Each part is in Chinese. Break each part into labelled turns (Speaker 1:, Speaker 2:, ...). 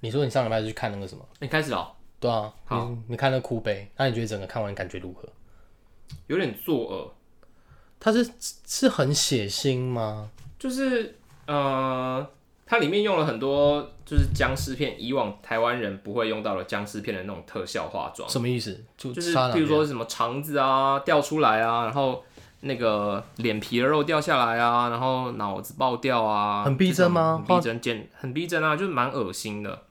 Speaker 1: 你说你上礼拜是去看那个什么？
Speaker 2: 你开始了哦，
Speaker 1: 对啊，
Speaker 2: 好
Speaker 1: 你你看那个哭悲，那你觉得整个看完感觉如何？
Speaker 2: 有点作恶，
Speaker 1: 它是是很血腥吗？
Speaker 2: 就是呃，它里面用了很多就是僵尸片以往台湾人不会用到的僵尸片的那种特效化妆，
Speaker 1: 什么意思？就
Speaker 2: 啊就是
Speaker 1: 杀
Speaker 2: 譬
Speaker 1: 人
Speaker 2: 如说什么肠子啊掉出来啊，然后那个脸皮的肉掉下来啊，然后脑子爆掉啊，
Speaker 1: 很逼真吗
Speaker 2: 这种很逼真，简很逼真啊，就是蛮恶心的。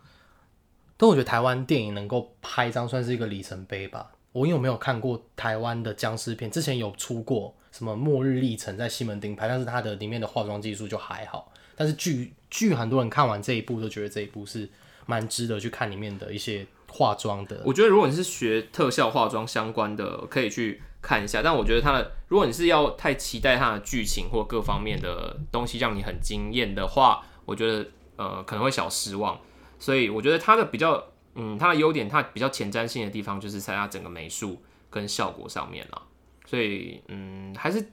Speaker 1: 但我觉得台湾电影能够拍一张算是一个里程碑吧。我因为我没有看过台湾的僵尸片，之前有出过什么《末日历程》在西门町拍，但是它的里面的化妆技术就还好。但是据据很多人看完这一部都觉得这一部是蛮值得去看里面的一些化妆的。
Speaker 2: 我觉得如果你是学特效化妆相关的，可以去看一下。但我觉得它的，如果你是要太期待它的剧情或各方面的东西让你很惊艳的话，我觉得呃可能会小失望。所以我觉得它的比较，嗯，它的优点，它比较前瞻性的地方就是在它整个美术跟效果上面啦。所以嗯，还是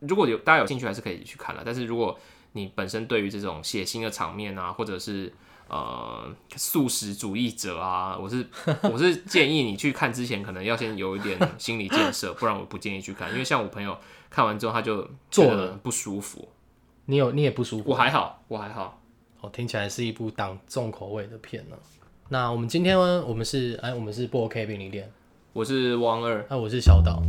Speaker 2: 如果有大家有兴趣，还是可以去看了。但是如果你本身对于这种血腥的场面啊，或者是呃素食主义者啊，我是我是建议你去看之前，可能要先有一点心理建设，不然我不建议去看，因为像我朋友看完之后他就
Speaker 1: 做
Speaker 2: 觉得不舒服，
Speaker 1: 你有你也不舒服
Speaker 2: 我，还好，我还好，
Speaker 1: 哦，听起来是一部当重口味的片呢、那我们今天呢，我们是哎，我们是不 OK 便利店，
Speaker 2: 我是汪二，
Speaker 1: 哎、我是小岛。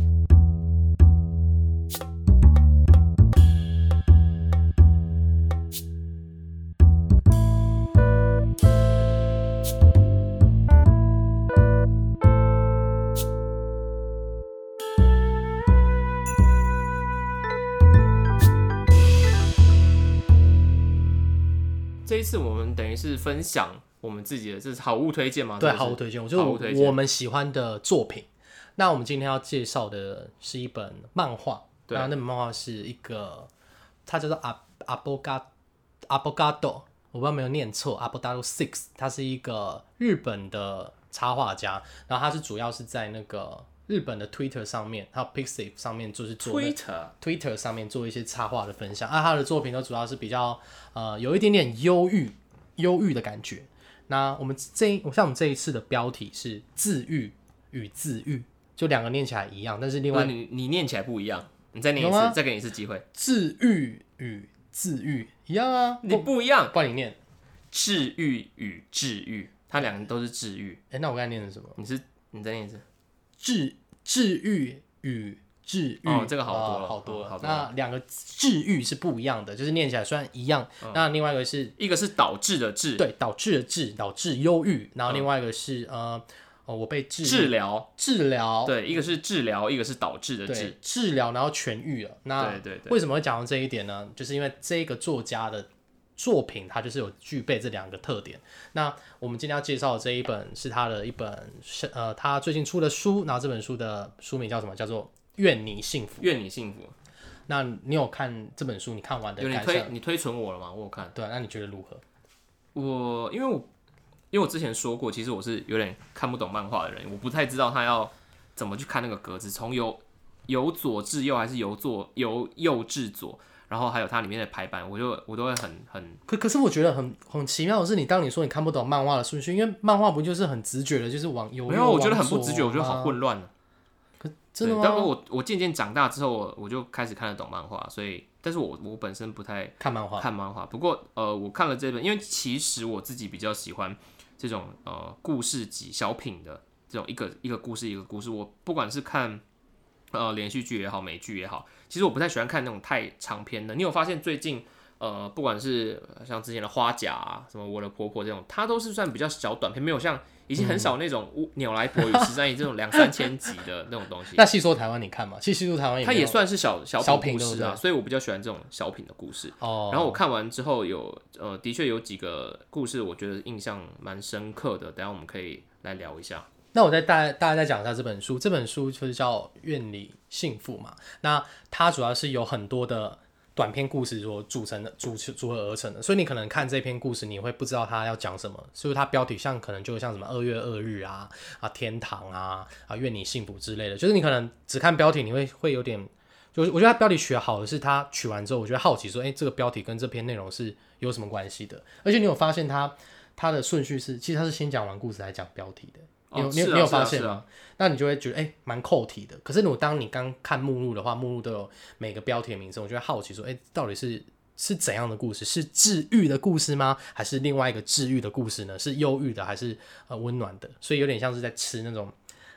Speaker 2: 这一次我们等于是分享我们自己的，这是好物推荐吗？
Speaker 1: 对，
Speaker 2: 这个是
Speaker 1: 好物推荐，我
Speaker 2: 好物推
Speaker 1: 就是
Speaker 2: 荐
Speaker 1: 我们喜欢的作品。那我们今天要介绍的是一本漫画，
Speaker 2: 对
Speaker 1: 那那本漫画是一个，它叫做阿阿波嘎阿波嘎多，我不知道有没有念错，阿波嘎多 Six，他是一个日本的插画家，然后他是主要是在那个日本的 Twitter 上面，还有 Pixiv 上面就是做那
Speaker 2: Twitter，
Speaker 1: Twitter 上面做一些插画的分享啊，他的作品都主要是比较呃有一点点忧郁忧郁的感觉。那我们这一我像我们这一次的标题是自愈与自愈，就两个念起来一样，但是另
Speaker 2: 不是
Speaker 1: 外
Speaker 2: 你你念起来不一样，你再念一
Speaker 1: 有吗
Speaker 2: 次，再给你一次机会，
Speaker 1: 自愈与自愈一样啊，
Speaker 2: 你不一样，
Speaker 1: 不然你念，
Speaker 2: 治愈与治愈，它两个都是治愈，
Speaker 1: 哎、那我刚才念的是什么？
Speaker 2: 你是你再念一次，
Speaker 1: 治治愈与治愈、
Speaker 2: 哦这个好多了
Speaker 1: 啊好多了。
Speaker 2: 嗯好多了
Speaker 1: 那两个治愈是不一样的，就是念起来虽然一样，
Speaker 2: 嗯
Speaker 1: 那另外一个是
Speaker 2: 一个是导致的治，
Speaker 1: 对，导致的治，导致忧郁，然后另外一个是、呃，哦，我被治
Speaker 2: 嗯治疗，
Speaker 1: 治疗，
Speaker 2: 对，一个是治疗，一个是导致的治，
Speaker 1: 对治疗，然后痊愈了。那
Speaker 2: 对对对
Speaker 1: 为什么会讲到这一点呢？就是因为这个作家的作品，它就是有具备这两个特点。那我们今天要介绍的这一本是他的一本是呃，他最近出的书，然后这本书的书名叫什么？叫做《愿你幸福》。
Speaker 2: 愿你幸福。
Speaker 1: 那你有看这本书？你看完的
Speaker 2: 有你
Speaker 1: 感
Speaker 2: 推
Speaker 1: 想？
Speaker 2: 你推存我了吗？我有看。
Speaker 1: 对，那你觉得如何？
Speaker 2: 我因为我因为我之前说过，其实我是有点看不懂漫画的人，我不太知道他要怎么去看那个格子，从由由左至右还是由左由右至左，然后还有它里面的排版，我就我都会很很
Speaker 1: 可可是我觉得很很奇妙的是，你当你说你看不懂漫画的顺序，因为漫画不就是很直觉的，就是往右
Speaker 2: 没有，我觉得
Speaker 1: 往
Speaker 2: 很不
Speaker 1: 左
Speaker 2: 直觉，我觉得
Speaker 1: 吗
Speaker 2: 好混乱啊。
Speaker 1: 真的
Speaker 2: 对但是
Speaker 1: 吗？
Speaker 2: 我我渐渐长大之后，我我就开始看得懂漫画，所以但是我我本身不太
Speaker 1: 看漫画，
Speaker 2: 看漫画。不过呃，我看了这本，因为其实我自己比较喜欢这种呃故事集小品的这种一个一个故事一个故事。我不管是看呃连续剧也好，美剧也好，其实我不太喜欢看那种太长篇的。你有发现最近呃，不管是呃像之前的花甲、啊、什么我的婆婆这种，它都是算比较小短篇，没有像已经
Speaker 1: 嗯
Speaker 2: 很少那种乌鸟来伯与十三姨这种两三千集的那种东西。
Speaker 1: 那细说台湾你看吗？其实细说台湾
Speaker 2: 它
Speaker 1: 没
Speaker 2: 也
Speaker 1: 有
Speaker 2: 算是小
Speaker 1: 小
Speaker 2: 小
Speaker 1: 品
Speaker 2: 品故
Speaker 1: 对不
Speaker 2: 事啊，
Speaker 1: 对
Speaker 2: 所以我比较喜欢这种小品的故事。
Speaker 1: 哦，
Speaker 2: 然后我看完之后有呃，的确有几个故事，我觉得印象蛮深刻的。等一下我们可以来聊一下。
Speaker 1: 那我再大大家再讲一下这本书，这本书就是叫《愿你幸福》嘛。那它主要是有很多的短篇故事所组成的组组合而成的，所以你可能看这篇故事，你会不知道它要讲什么，所以它标题像可能就像什么二月二日啊啊天堂啊啊愿你幸福之类的，就是你可能只看标题，你会会有点。就是我觉得它标题取得好的是，它取完之后，我觉得好奇说，哎、这个标题跟这篇内容是有什么关系的？而且你有发现它它的顺序是，其实它是先讲完故事才讲标题的。你有、
Speaker 2: 哦
Speaker 1: 你有
Speaker 2: 是啊
Speaker 1: 你有
Speaker 2: 是啊
Speaker 1: 发现
Speaker 2: 是啊
Speaker 1: 吗？那你就会觉得哎，蛮、扣题的。可是如果当你刚看目录的话，目录都有每个标题的名称，我就会好奇说，哎、到底是是怎样的故事？是治愈的故事吗？还是另外一个治愈的故事呢？是忧郁的还是呃温暖的？所以有点像是在吃那种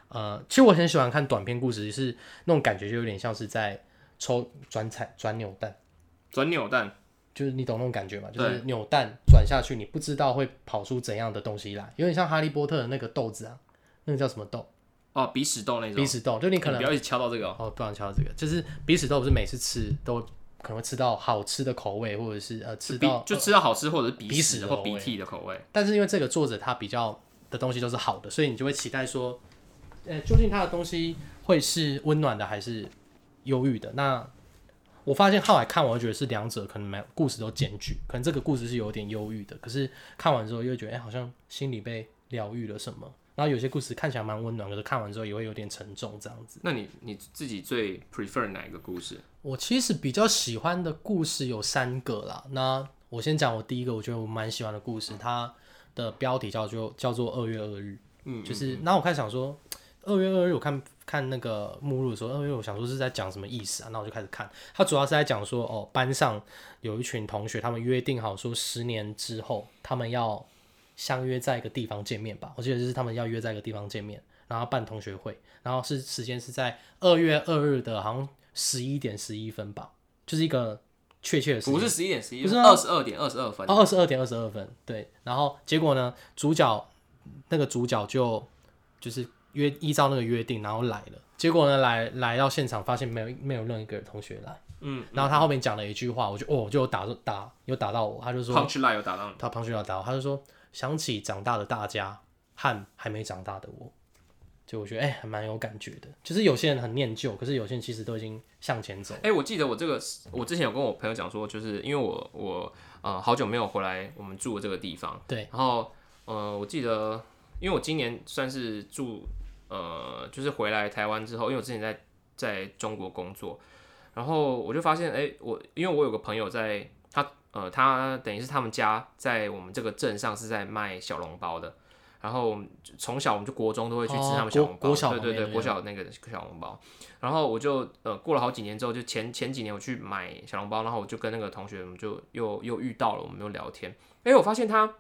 Speaker 1: 呃，其实我很喜欢看短篇故事，是那种感觉就有点像是在抽转彩转扭蛋。
Speaker 2: 转扭蛋，
Speaker 1: 就是你懂那种感觉嘛，就
Speaker 2: 对
Speaker 1: 是扭蛋转下去，你不知道会跑出怎样的东西来，有点像哈利波特的那个豆子啊，那个叫什么豆？
Speaker 2: 哦，鼻屎豆那种
Speaker 1: 鼻，屎豆，就你可能
Speaker 2: 不要一直敲到这个哦。
Speaker 1: 哦，不然敲这个，就是鼻屎豆不是每次吃都可能会吃到好吃的口味，或者是呃吃
Speaker 2: 鼻
Speaker 1: 到，
Speaker 2: 就吃到好吃或者是鼻
Speaker 1: 鼻
Speaker 2: 屎
Speaker 1: 屎的
Speaker 2: 或
Speaker 1: 口
Speaker 2: 鼻
Speaker 1: 味
Speaker 2: 涕的口味，
Speaker 1: 但是因为这个作者他比较的东西都是好的，所以你就会期待说，呃，究竟他的东西会是温暖的还是忧郁的？那我发现后来看，我会觉得是两者可能没故事都兼具，可能这个故事是有点忧郁的，可是看完之后又会觉得，哎、好像心里被疗愈了什么。然后有些故事看起来蛮温暖，可是看完之后也会有点沉重，这样子。
Speaker 2: 那你你自己最 prefer 哪一个故事？
Speaker 1: 我其实比较喜欢的故事有三个啦。那我先讲我第一个，我觉得我蛮喜欢的故事，它的标题叫做叫做《二月二日》。
Speaker 2: 嗯，
Speaker 1: 就是，那我开始想说，二月二日我看看那个目录的时候，二月我想说是在讲什么意思啊？那我就开始看，他主要是在讲说，哦，班上有一群同学，他们约定好说，十年之后他们要相约在一个地方见面吧。我记得就是他们要约在一个地方见面，然后办同学会，然后是时间是在二月二日的，好像十一点十一分吧，就是一个确切的时间
Speaker 2: 不是十一点十一，
Speaker 1: 不是啊
Speaker 2: 二十二点二十二分。
Speaker 1: 哦，二十二点二十二分，对。然后结果呢，主角那个主角就就是约依照那个约定，然后来了。结果呢，来来到现场，发现没有没有任何一个同学来。
Speaker 2: 嗯
Speaker 1: 然后他后面讲了一句话，我就哦，就有打中打有打到我，他就说
Speaker 2: ，punch line 有打到你，
Speaker 1: 他旁学要打我，他就说想起长大的大家和还没长大的我，就我觉得哎、还蛮有感觉的。就是有些人很念旧，可是有些人其实都已经向前走。
Speaker 2: 哎、我记得我这个，我之前有跟我朋友讲说，就是因为我我呃好久没有回来我们住的这个地方，
Speaker 1: 对，
Speaker 2: 然后呃我记得，因为我今年算是住呃就是回来台湾之后，因为我之前在在中国工作，然后我就发现，哎、我因为我有个朋友在他呃他等于是他们家在我们这个镇上是在卖小笼包的。然后我们就从小我们就国中都会去吃
Speaker 1: 哦
Speaker 2: 他们小笼包，
Speaker 1: 国国小
Speaker 2: 对对
Speaker 1: 旁
Speaker 2: 对，
Speaker 1: 边
Speaker 2: 国小那个小笼包。然后我就呃过了好几年之后，就前前几年我去买小笼包，然后我就跟那个同学，我们就又又遇到了，我们又聊天。哎，我发现他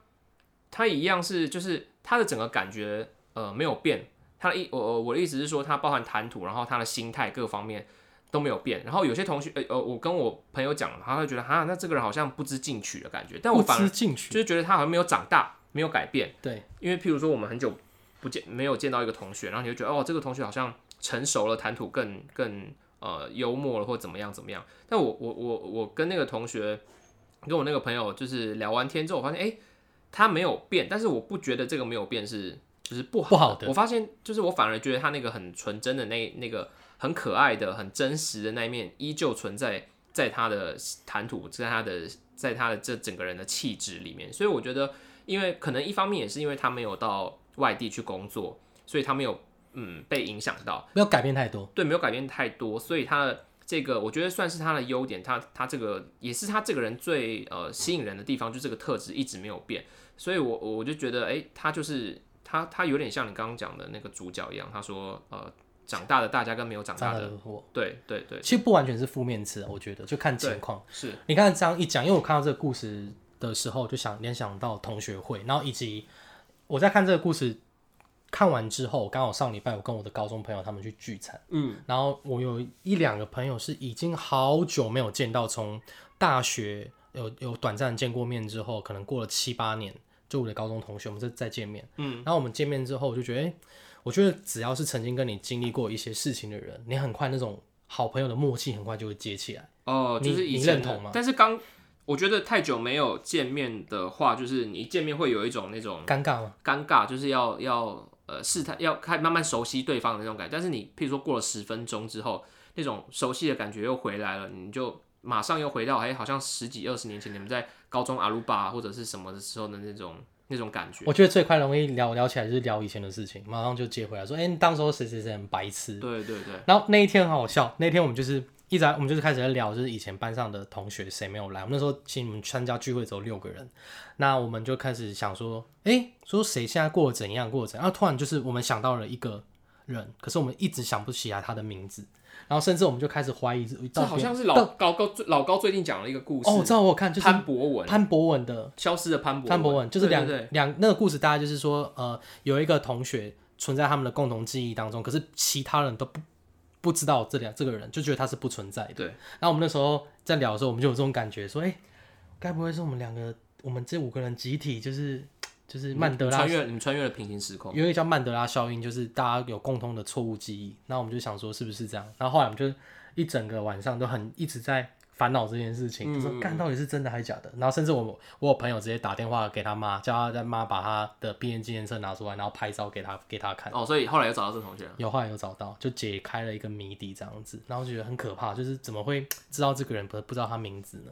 Speaker 2: 他一样是就是他的整个感觉呃没有变，他的意我我我的意思是说，他包含谈吐，然后他的心态各方面都没有变。然后有些同学呃呃，我跟我朋友讲，他会觉得哈，那这个人好像不知进取的感觉，但我
Speaker 1: 不
Speaker 2: 反而
Speaker 1: 知进取。
Speaker 2: 就是觉得他好像没有长大，没有改变。
Speaker 1: 对，
Speaker 2: 因为譬如说我们很久不见，没有见到一个同学，然后你就觉得哦，这个同学好像成熟了，谈吐更更呃幽默了，或怎么样怎么样。但我我我我跟那个同学，跟我那个朋友就是聊完天之后，我发现哎、诶他没有变，但是我不觉得这个没有变是就是不好
Speaker 1: 不好的
Speaker 2: 我发现就是我反而觉得他那个很纯真的那那个很可爱的、很真实的那一面依旧存在在他的谈吐，在他的在他的这整个人的气质里面。所以我觉得，因为可能一方面也是因为他没有到外地去工作，所以他没有嗯被影响到。
Speaker 1: 没有改变太多。
Speaker 2: 对，没有改变太多，所以他的这个我觉得算是他的优点，他他这个也是他这个人最呃吸引人的地方，就这个特质一直没有变，所以我我我就觉得，哎，他就是他他有点像你刚刚讲的那个主角一样，他说呃长大的大家跟没有长大
Speaker 1: 长大
Speaker 2: 的，
Speaker 1: 的我，
Speaker 2: 对对对，
Speaker 1: 其实不完全是负面词，啊我觉得就看情况。
Speaker 2: 是
Speaker 1: 你看这样一讲，因为我看到这个故事的时候，就想联想到同学会，然后以及我在看这个故事看完之后，刚好上礼拜我跟我的高中朋友他们去聚餐，
Speaker 2: 嗯，
Speaker 1: 然后我有一两个朋友是已经好久没有见到，从大学有有短暂见过面之后，可能过了七八年，就我的高中同学，我们再再见面，嗯，然后我们见面之后，我就觉得，哎、我觉得只要是曾经跟你经历过一些事情的人，你很快那种好朋友的默契很快就会接起来。
Speaker 2: 哦，就
Speaker 1: 你
Speaker 2: 是以
Speaker 1: 你
Speaker 2: 前
Speaker 1: 认
Speaker 2: 的
Speaker 1: 同吗
Speaker 2: 但是刚我觉得太久没有见面的话，就是你一见面会有一种那种
Speaker 1: 尴尬吗？
Speaker 2: 尴尬，就是要要呃试探，要开慢慢熟悉对方的那种感觉。但是你譬如说过了十分钟之后，那种熟悉的感觉又回来了，你就马上又回到哎、好像十几二十年前你们在高中阿鲁巴或者是什么的时候的那种那种感觉。
Speaker 1: 我觉得最快容易聊聊起来就是聊以前的事情，马上就接回来说，哎、你当时候谁谁谁很白痴。
Speaker 2: 对对对，
Speaker 1: 然后那一天很好笑，那天我们就是一直在我们就是开始在聊，就是以前班上的同学谁没有来。我们那时候其实我们参加聚会只有六个人，那我们就开始想说，哎、说谁现在过得怎样，过得怎样。然后突然就是我们想到了一个人，可是我们一直想不起来他的名字，然后甚至我们就开始怀疑，
Speaker 2: 这
Speaker 1: 到底
Speaker 2: 好像是老高高最老高最近讲了一个故事，
Speaker 1: 哦，我知道我有看就是
Speaker 2: 潘博文
Speaker 1: 潘博文的
Speaker 2: 消失的潘博
Speaker 1: 潘博文，就是
Speaker 2: 对
Speaker 1: 两
Speaker 2: 对对
Speaker 1: 两那个故事，大家就是说，呃，有一个同学存在他们的共同记忆当中，可是其他人都不不知道这两这个人，就觉得他是不存在的。
Speaker 2: 对，
Speaker 1: 然后我们那时候在聊的时候，我们就有这种感觉，说，哎、该不会是我们两个，我们这五个人集体就是就是曼德
Speaker 2: 你
Speaker 1: 拉
Speaker 2: 穿越，你穿越了平行时空，
Speaker 1: 有一个叫曼德拉效应，就是大家有共通的错误记忆。那我们就想说是不是这样？然后后来我们就一整个晚上都很一直在烦恼这件事情，
Speaker 2: 嗯
Speaker 1: 就说干到底是真的还是假的？然后甚至我我有朋友直接打电话给他妈，叫他他妈把他的毕业纪念册拿出来，然后拍照给他给他看。
Speaker 2: 哦，所以后来又找到这个同学了，
Speaker 1: 有后来有找到，就解开了一个谜底这样子，然后觉得很可怕，就是怎么会知道这个人不不知道他名字呢？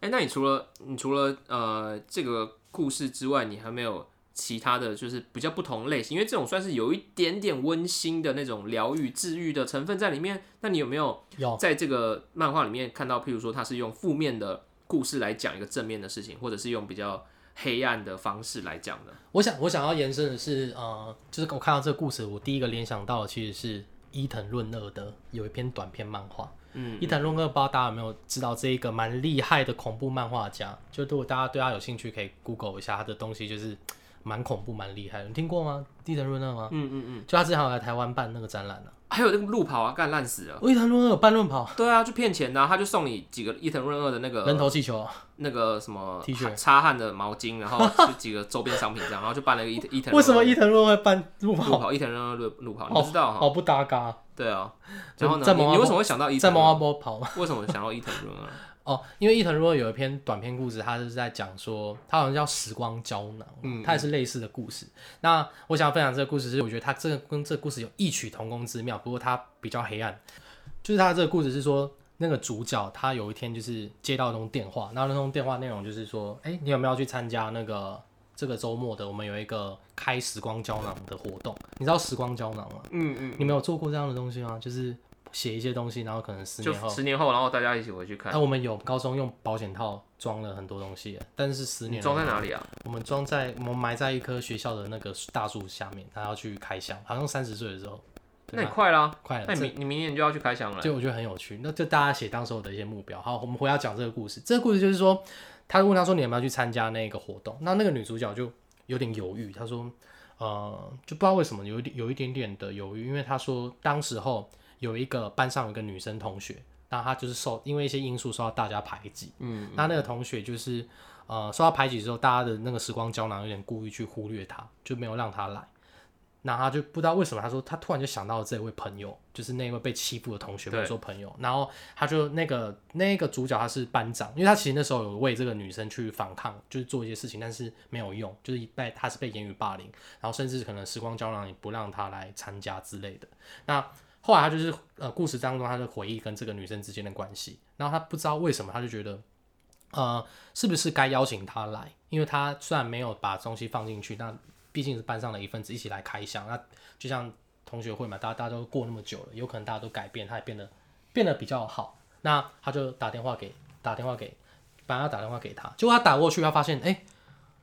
Speaker 2: 哎、那你除了你除了呃这个故事之外，你还没有其他的就是比较不同类型？因为这种算是有一点点温馨的那种疗愈、治愈的成分在里面。那你有没有
Speaker 1: 有
Speaker 2: 在这个漫画里面看到，譬如说它是用负面的故事来讲一个正面的事情，或者是用比较黑暗的方式来讲的？
Speaker 1: 我想我想要延伸的是，呃，就是我看到这个故事，我第一个联想到的其实是伊藤润二的有一篇短篇漫画。
Speaker 2: 嗯，
Speaker 1: 伊藤润二不知道大家有没有知道这一个蛮厉害的恐怖漫画家？就如果大家对他有兴趣，可以 Google 一下他的东西，就是蛮恐怖、蛮厉害的。你听过吗？伊藤润二吗？
Speaker 2: 嗯嗯嗯，
Speaker 1: 就他之前有来台湾办那个展览呢、
Speaker 2: 还有那个路跑啊，干烂死了。
Speaker 1: 啊。哦伊藤润二有办论跑、
Speaker 2: 对啊，就骗钱的、啊，他就送你几个伊藤润二的那个
Speaker 1: 人头气球啊，
Speaker 2: 那个什么
Speaker 1: T 恤
Speaker 2: 汗擦汗的毛巾，然后就几个周边商品这样，然后就办了一个伊藤
Speaker 1: 为什么
Speaker 2: 一
Speaker 1: 伊藤润二会办路跑？
Speaker 2: 路跑伊藤润二路路跑？你不知道哈？
Speaker 1: 好不搭嘎，
Speaker 2: 对啊，然后呢？
Speaker 1: 在
Speaker 2: 你
Speaker 1: 蒙阿
Speaker 2: 你
Speaker 1: 波
Speaker 2: 为什么会想到伊
Speaker 1: 在
Speaker 2: 藤
Speaker 1: 猫
Speaker 2: 润
Speaker 1: 花
Speaker 2: 二？
Speaker 1: 波跑吗？
Speaker 2: 为什么想到伊藤润啊二？
Speaker 1: 哦，因为伊藤润二有一篇短篇故事，他就是在讲说，他好像叫《时光胶囊》，哦
Speaker 2: 嗯
Speaker 1: 它也是类似的故事。那我想要分享这个故事是，我觉得它这个跟这个故事有异曲同工之妙，不过它比较黑暗。就是他这个故事是说，那个主角他有一天就是接到一通电话，然后那通电话内容就是说，哎、你有没有去参加那个这个周末的我们有一个开时光胶囊的活动？你知道时光胶囊吗？
Speaker 2: 嗯嗯，
Speaker 1: 你们有做过这样的东西吗？就是写一些东西，然后可能嗯十
Speaker 2: 就
Speaker 1: 年后。哦
Speaker 2: 十年后，然后大家一起回去看
Speaker 1: 那、。我们有高中用保险套装了很多东西，但是十
Speaker 2: 你
Speaker 1: 年
Speaker 2: 装在
Speaker 1: 了
Speaker 2: 哪里啊？
Speaker 1: 我们装在我们埋在一棵学校的那个大树下面，他要去开箱，好像三十岁的时候，
Speaker 2: 那
Speaker 1: 对
Speaker 2: 你
Speaker 1: 吧？
Speaker 2: 快啦！
Speaker 1: 快了，
Speaker 2: 那你
Speaker 1: 这
Speaker 2: 明你明年就要去开箱了。
Speaker 1: 就我觉得很有趣。那就大家写当时候的一些目标。好，我们回到讲这个故事。这个故事就是说，他问他说你有没有去参加那个活动？那那个女主角就有点犹豫，她说，呃，就不知道为什么有一点有一点点的犹豫，因为她说当时候有一个班上有一个女生同学，那她就是受因为一些因素受到大家排挤。
Speaker 2: 嗯，
Speaker 1: 那那个同学就是呃受到排挤之后，大家的那个时光胶囊有点故意去忽略他，就没有让他来。那他就不知道为什么，他说他突然就想到了这位朋友，就是那位被欺负的同学，
Speaker 2: 对
Speaker 1: 或者说朋友。然后他就那个那个主角他是班长，因为他其实那时候有为这个女生去反抗，就是做一些事情，但是没有用，就是被他是被言语霸凌，然后甚至可能时光胶囊也不让他来参加之类的。那后来他就是呃故事当中他的回忆跟这个女生之间的关系，然后他不知道为什么他就觉得，呃，是不是该邀请她来？因为她虽然没有把东西放进去，那毕竟是班上的一份子，一起来开箱。那就像同学会嘛，大家大家都过那么久了，有可能大家都改变，他也变得变得比较好。那他就打电话给打电话给，本来要打电话给他，结果他打过去，他发现哎、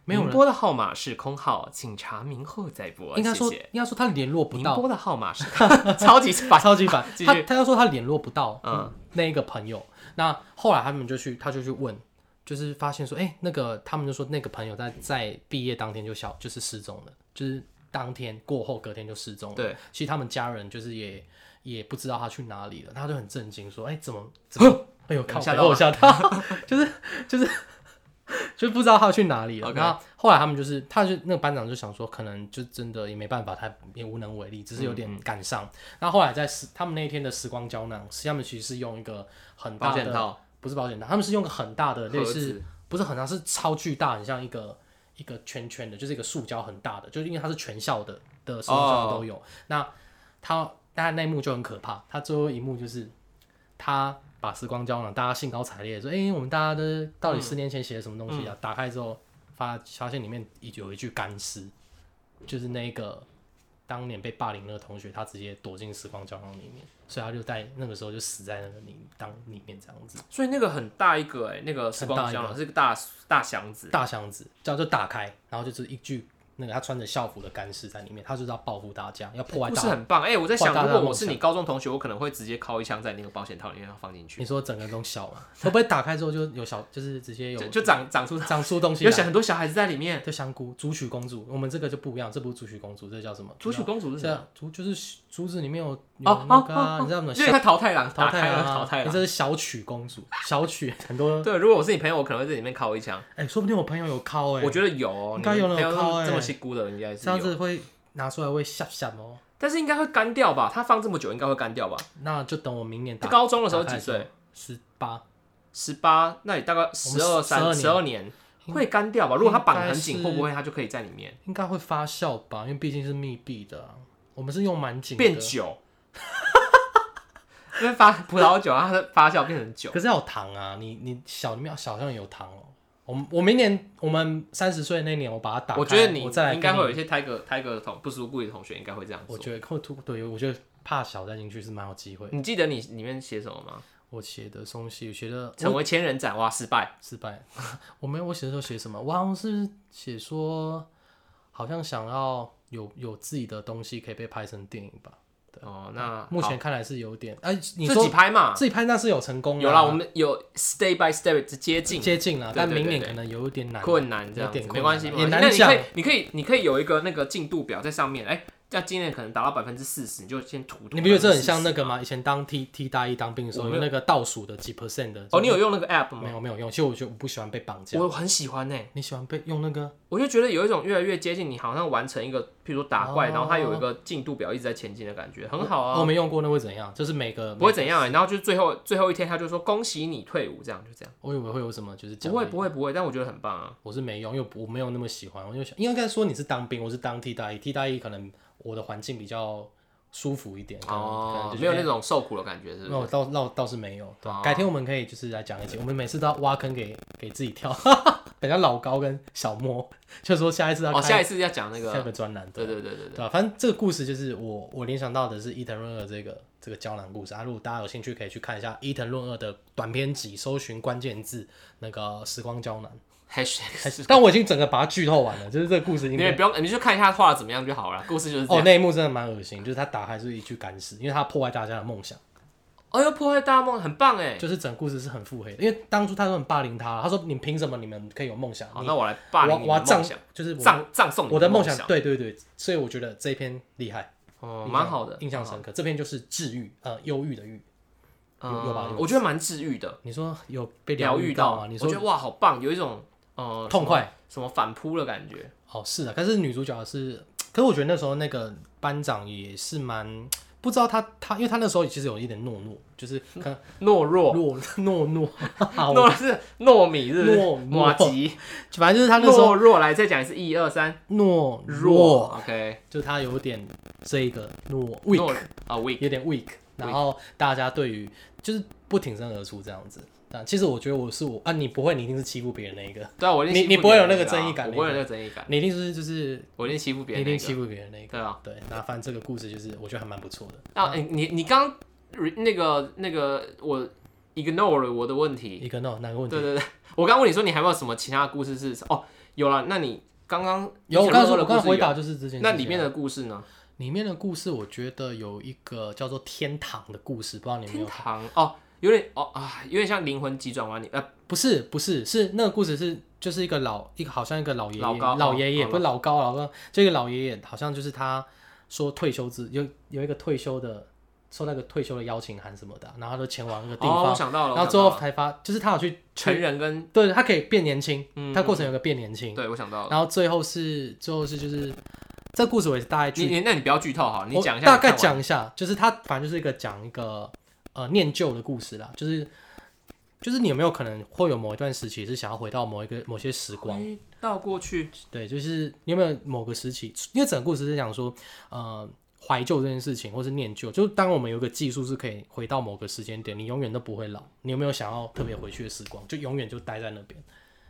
Speaker 1: 没有
Speaker 2: 您
Speaker 1: 人，
Speaker 2: 拨的号码是空号，请查明后再拨。
Speaker 1: 应该说
Speaker 2: 谢谢
Speaker 1: 应该说他联络不
Speaker 2: 您
Speaker 1: 到，
Speaker 2: 拨的号码是 超级烦。
Speaker 1: 超级烦。
Speaker 2: 继续
Speaker 1: 他他就说他联络不到
Speaker 2: 嗯
Speaker 1: 那一个朋友，那后来他们就去，他就去问，就是发现说，哎、那个他们就说那个朋友在在毕业当天就消，就是失踪了，就是当天过后隔天就失踪了。
Speaker 2: 对，
Speaker 1: 其实他们家人就是也也不知道他去哪里了，他就很震惊说，哎、怎 么怎么？哎呦，靠！
Speaker 2: 吓
Speaker 1: 吓
Speaker 2: 到
Speaker 1: 到我吓到， 就是就是就不知道他去哪里了。
Speaker 2: OK
Speaker 1: 然后后来他们就是，他就那个班长就想说，可能就真的也没办法，他也无能为力，只是有
Speaker 2: 嗯
Speaker 1: 点感伤。那、后来在时他们那一天的时光胶囊，他们其实是用一个很大
Speaker 2: 保险
Speaker 1: 的，
Speaker 2: 套
Speaker 1: 不是保险套，他们是用个很大的类
Speaker 2: 盒
Speaker 1: 似
Speaker 2: 子
Speaker 1: 不是很大，是超巨大，很像一个一个圈圈的，就是一个塑胶很大的，就是因为它是全校的的什么上都
Speaker 2: 哦
Speaker 1: 有。那他大家那一幕就很可怕，他最后一幕就是他把时光胶囊，大家兴高采烈地说：“哎、我们大家都到底十年前写的什么东西啊？”
Speaker 2: 嗯
Speaker 1: 打开之后发发现里面有一具干尸，就是那个当年被霸凌那个同学，他直接躲进时光胶囊里面，所以他就在那个时候就死在那个泥当里面这样子，
Speaker 2: 所以那个很大一个哎、那个时光胶
Speaker 1: 很大一
Speaker 2: 囊是个大大箱子，
Speaker 1: 大箱子，这样就打开，然后就是一具那个他穿着校服的干尸在里面，他就是要报复大家，要破坏
Speaker 2: 故
Speaker 1: 大
Speaker 2: 事很棒哎、我在想，
Speaker 1: 大家
Speaker 2: 如
Speaker 1: 的
Speaker 2: 果我
Speaker 1: 梦
Speaker 2: 是你高中同学，我可能会直接敲一枪在你那个保险套里面然后放进去，
Speaker 1: 你说整个东西小嘛？会不会打开之后就有小，就是直接有
Speaker 2: 就就长长出
Speaker 1: 长出东西
Speaker 2: 有
Speaker 1: 来？
Speaker 2: 小很多小孩子在里面。
Speaker 1: 啊就香菇、竹取公主，我们这个就不一样，这不是竹取公主，这叫什么？
Speaker 2: 竹取公主
Speaker 1: 这
Speaker 2: 是谁啊？
Speaker 1: 样竹就是竹子里面有
Speaker 2: 哦
Speaker 1: 有那
Speaker 2: 哦
Speaker 1: 个啊，
Speaker 2: 哦，
Speaker 1: 你知道吗？
Speaker 2: 因为他淘汰狼
Speaker 1: 淘汰
Speaker 2: 了，
Speaker 1: 啊
Speaker 2: 淘汰
Speaker 1: 你
Speaker 2: 了。
Speaker 1: 这是小曲公主，小曲很多，
Speaker 2: 对，如果我是你朋友，我可能会在里面敲一枪。
Speaker 1: 哎，说不定我朋友有敲哎，
Speaker 2: 我觉得有哦，
Speaker 1: 应该有人
Speaker 2: 你
Speaker 1: 有
Speaker 2: 们
Speaker 1: 敲欸
Speaker 2: 这么细估的，应该是啊
Speaker 1: 这样
Speaker 2: 有。
Speaker 1: 子会拿出来会吓吓哦。
Speaker 2: 但是应该会干掉吧？他放这么久，应该会干掉吧？
Speaker 1: 那就等我明年
Speaker 2: 他
Speaker 1: 打
Speaker 2: 高中的时候几岁？？
Speaker 1: 十八，
Speaker 2: 十八，那你大概十二三、十二
Speaker 1: 12
Speaker 2: 年会干掉吧？如果他绑得很紧，
Speaker 1: 应该
Speaker 2: 会
Speaker 1: 是
Speaker 2: 不会他就可以在里面
Speaker 1: 应该会发酵吧，因为毕竟是密闭的啊，我们是用蛮紧
Speaker 2: 变
Speaker 1: 的，
Speaker 2: 酒？因为发葡萄酒，它的发酵变成酒。
Speaker 1: 可是要有糖啊，你你小里面小上有糖哦。我们我明年我们三十岁那年，我把它打开，
Speaker 2: 我觉得你
Speaker 1: 我再来
Speaker 2: 应该
Speaker 1: 跟
Speaker 2: 会
Speaker 1: 你
Speaker 2: 有一些 Tiger Tiger 的同不熟故意的同学应该会这样
Speaker 1: 我
Speaker 2: 做。
Speaker 1: 觉得扣突对，我觉得怕小再进去是蛮有机会。
Speaker 2: 你记得你里面写什么吗？
Speaker 1: 我写的东西，我写的
Speaker 2: 成为千人斩哇，失败。
Speaker 1: 失败， 我没有，我写的时候写什么？我好像是写说，好像想要有有自己的东西可以被拍成电影吧。
Speaker 2: 哦，那
Speaker 1: 目前看来是有点，哎、你
Speaker 2: 自
Speaker 1: 说
Speaker 2: 己拍嘛，
Speaker 1: 自己拍那是有成功的
Speaker 2: 有
Speaker 1: 啊
Speaker 2: 啦，我们有 step by step 接近
Speaker 1: 接近了，
Speaker 2: 对
Speaker 1: 但
Speaker 2: 对
Speaker 1: 明
Speaker 2: 对
Speaker 1: 年
Speaker 2: 对
Speaker 1: 可能有一点难。
Speaker 2: 困难这样子
Speaker 1: 有，点
Speaker 2: 没
Speaker 1: 困难啊
Speaker 2: 关系，
Speaker 1: 也
Speaker 2: 没关系
Speaker 1: 难
Speaker 2: 那你可以
Speaker 1: 讲，
Speaker 2: 你可以，你可以有一个那个进度表在上面，哎，那今年可能达到百分之四十，你就先涂。涂
Speaker 1: 你不觉得这很像
Speaker 2: 40%
Speaker 1: 那个吗？以前当替替大一当兵的时候，
Speaker 2: 我没
Speaker 1: 有那个倒数的几 percent 的。
Speaker 2: 哦，你有用那个 app 吗？
Speaker 1: 没有没有用？其实我觉得我不喜欢被绑架。
Speaker 2: 我很喜欢呢，
Speaker 1: 你喜欢被用那个？
Speaker 2: 我就觉得有一种越来越接近你，好像完成一个，譬如说打怪，
Speaker 1: 哦
Speaker 2: 然后它有一个进度表一直在前进的感觉，很好
Speaker 1: 我
Speaker 2: 啊，
Speaker 1: 没用过，那会怎样？就是每个
Speaker 2: 不会怎样欸。然后就最后最后一天，他就说恭喜你退伍，这样就这样，
Speaker 1: 我以为会有什么，就是奖
Speaker 2: 不会
Speaker 1: 励
Speaker 2: 不会不会，但我觉得很棒啊。
Speaker 1: 我是没用，因为我没有那么喜欢。我就想，应该说你是当兵，我是当替代役，替代役可能我的环境比较舒服一点，可能可能
Speaker 2: 哦
Speaker 1: 就，是
Speaker 2: 没有那种受苦的感觉，是不是
Speaker 1: 那我倒倒倒是没有，对吧
Speaker 2: 哦
Speaker 1: 改天我们可以就是来讲一集，我们每次都要挖坑给给自己跳， 等下老高跟小莫就说下一次要
Speaker 2: 哦，
Speaker 1: 开
Speaker 2: 下一次要讲那
Speaker 1: 下一
Speaker 2: 个，
Speaker 1: 个专栏，
Speaker 2: 对
Speaker 1: 对
Speaker 2: 对对对对，
Speaker 1: 对啊吧？反正这个故事就是我我联想到的是伊藤润二这个这个胶囊故事啊，如果大家有兴趣可以去看一下伊藤润二的短篇集，搜寻关键字那个时光胶囊。
Speaker 2: 还哎是
Speaker 1: 但我已经整个把它剧透完了，就是这个故事已 经
Speaker 2: 你们也不用，你就看一下画的怎么样就好了。故事就是这
Speaker 1: 哦，
Speaker 2: 样。
Speaker 1: 那一幕真的蛮恶心，就是他打开是一具干尸，因为他破坏大家的梦想，
Speaker 2: 哦，要破坏大梦，很棒哎。
Speaker 1: 就是整个故事是很腹黑的。因为当初他都很霸凌他，他说你凭什么你们可以有梦想？
Speaker 2: 好，
Speaker 1: 你
Speaker 2: 那我来霸凌
Speaker 1: 我
Speaker 2: 你
Speaker 1: 我要
Speaker 2: 的梦
Speaker 1: 葬
Speaker 2: 想，，
Speaker 1: 就是我
Speaker 2: 葬葬送你
Speaker 1: 我的
Speaker 2: 梦
Speaker 1: 梦想。。对对对，所以我觉得这一篇厉害，
Speaker 2: 哦，
Speaker 1: 印象
Speaker 2: 蛮好的，
Speaker 1: 印象深刻。这篇就是治愈，呃，忧郁的郁。有有吧
Speaker 2: 嗯，我觉得蛮治愈的，
Speaker 1: 你说有被
Speaker 2: 疗
Speaker 1: 愈
Speaker 2: 愈
Speaker 1: 到啊
Speaker 2: 到
Speaker 1: 吗？。你
Speaker 2: 我
Speaker 1: 说
Speaker 2: 觉得哇，好棒，有一种呃
Speaker 1: 痛快
Speaker 2: 什么反扑的感觉。
Speaker 1: 哦，是啊，但是女主角是，可是我觉得那时候那个班长也是蛮。不知道他他，因为他那时候其实有一点懦弱，就是可能
Speaker 2: 懦弱，
Speaker 1: 懦啊懦 懦，好
Speaker 2: 嗯懦弱是糯米，是不是？
Speaker 1: 糯
Speaker 2: 马吉，
Speaker 1: 反正就是他那时候
Speaker 2: 懦弱。来，再讲一次，一二三，
Speaker 1: 懦
Speaker 2: 弱
Speaker 1: 弱，
Speaker 2: ，OK，
Speaker 1: 就他有点这一个懦 weak，
Speaker 2: 懦啊，weak，
Speaker 1: 有点 weak，然后大家对于就是不挺身而出这样子。但其实我觉得我是我啊，你不会，你一定是欺负别人那一个，
Speaker 2: 对啊，我一定
Speaker 1: 你
Speaker 2: 欺负
Speaker 1: 你不会有
Speaker 2: 别人
Speaker 1: 那个
Speaker 2: 的啊
Speaker 1: 正义感
Speaker 2: 我不会有
Speaker 1: 那
Speaker 2: 那个正义感，
Speaker 1: 你一定是就是
Speaker 2: 我一定欺负别
Speaker 1: 你一定
Speaker 2: 人那个，
Speaker 1: 欺负别人那一个。
Speaker 2: 对啊。
Speaker 1: 对，那反正这个故事就是我觉得还蛮不错的。
Speaker 2: 啊，欸你你刚 re- 那个那个我 ignore 了我的问题，
Speaker 1: 一个 no 哪个问题
Speaker 2: 对？对对，我刚问你说你还有没有什么其他故事是哦，有了，那你刚刚
Speaker 1: 有，我刚
Speaker 2: 刚
Speaker 1: 才说我刚才回
Speaker 2: 有，
Speaker 1: 答就是之前
Speaker 2: 那里面
Speaker 1: 的
Speaker 2: 的故事呢？
Speaker 1: 里面的故事，我觉得有一个叫做天堂的故事，不知道你有没
Speaker 2: 天
Speaker 1: 有？
Speaker 2: 堂哦，有点哦啊，有点像灵魂急转弯里呃，
Speaker 1: 不是不是，是那个故事是就是一个老一个好像一个老爷爷
Speaker 2: 老高
Speaker 1: 老爷爷
Speaker 2: 哦
Speaker 1: 不是老高老高，这个老爷爷好像就是他说退休之有有一个退休的收那个退休的邀请函什么的，啊然后他就前往那个地
Speaker 2: 哦，
Speaker 1: 方，
Speaker 2: 我想到了，
Speaker 1: 然后
Speaker 2: 我
Speaker 1: 最
Speaker 2: 想到
Speaker 1: 后
Speaker 2: 了
Speaker 1: 才发就是他有去
Speaker 2: 成人跟
Speaker 1: 对他可以变年轻，
Speaker 2: 嗯
Speaker 1: 他过程有个变年轻，
Speaker 2: 对我哦想到了，
Speaker 1: 然后最后是最后是就是这故事我也是大概
Speaker 2: 你
Speaker 1: 去
Speaker 2: 你那你不要剧透好了，你
Speaker 1: 我
Speaker 2: 讲一下，
Speaker 1: 大
Speaker 2: 你
Speaker 1: 概
Speaker 2: 看完，
Speaker 1: 讲一下，就是他反正就是一个讲一个呃念旧的故事啦，就是就是你有没有可能会有某一段时期是想要回到某一个某些时光？
Speaker 2: 哎倒过去，
Speaker 1: 对，就是你有没有某个时期？因为整个故事是讲说，呃，怀旧这件事情，或是念旧，就是当我们有一个技术是可以回到某个时间点，你永远都不会老。你有没有想要特别回去的时光？就永远就待在那边，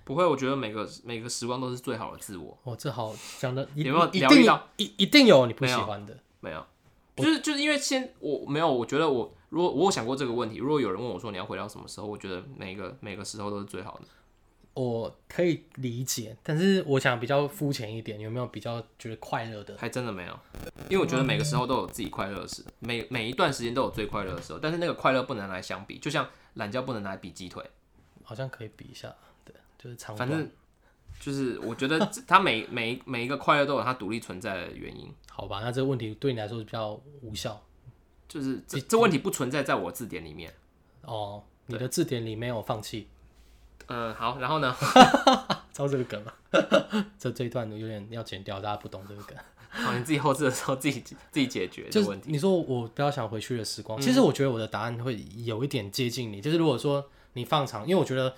Speaker 2: 不会，我觉得每个每个时光都是最好的自我。
Speaker 1: 哦，这好讲的，一
Speaker 2: 有没有
Speaker 1: 一
Speaker 2: 疗
Speaker 1: 定
Speaker 2: 愈到
Speaker 1: 一一定有你不
Speaker 2: 没
Speaker 1: 喜
Speaker 2: 有
Speaker 1: 欢的？
Speaker 2: 没有，就是就是因为先我没有，我觉得我如果我有想过这个问题，如果有人问我说你要回到什么时候，我觉得每个每个时候都是最好的。
Speaker 1: 我可以理解，但是我想比较肤浅一点，有没有比较觉得快乐的？
Speaker 2: 还真的没有，因为我觉得每个时候都有自己快乐的时，每每一段时间都有最快乐的时候，但是那个快乐不能拿来相比，就像懒觉不能拿来比鸡腿，
Speaker 1: 好像可以比一下，对，就是长
Speaker 2: 反
Speaker 1: 短。
Speaker 2: 正就是我觉得这它每每每一个快乐都有它独立存在的原因，
Speaker 1: 好吧，那这个问题对你来说是比较无效
Speaker 2: 就是这这问题不存在在我字典里面。
Speaker 1: 哦。你的字典里没有放弃，
Speaker 2: 嗯，好，然后呢？
Speaker 1: 知道这个梗吗？ 这这一段有点要剪掉，大家不懂这个梗。
Speaker 2: 好，你自己后置的时候自己自己解决这
Speaker 1: 就
Speaker 2: 个
Speaker 1: 是
Speaker 2: 问题。嗯
Speaker 1: 你说我比较想回去的时光，其实我觉得我的答案会有一点接近你。就是如果说你放长，因为我觉得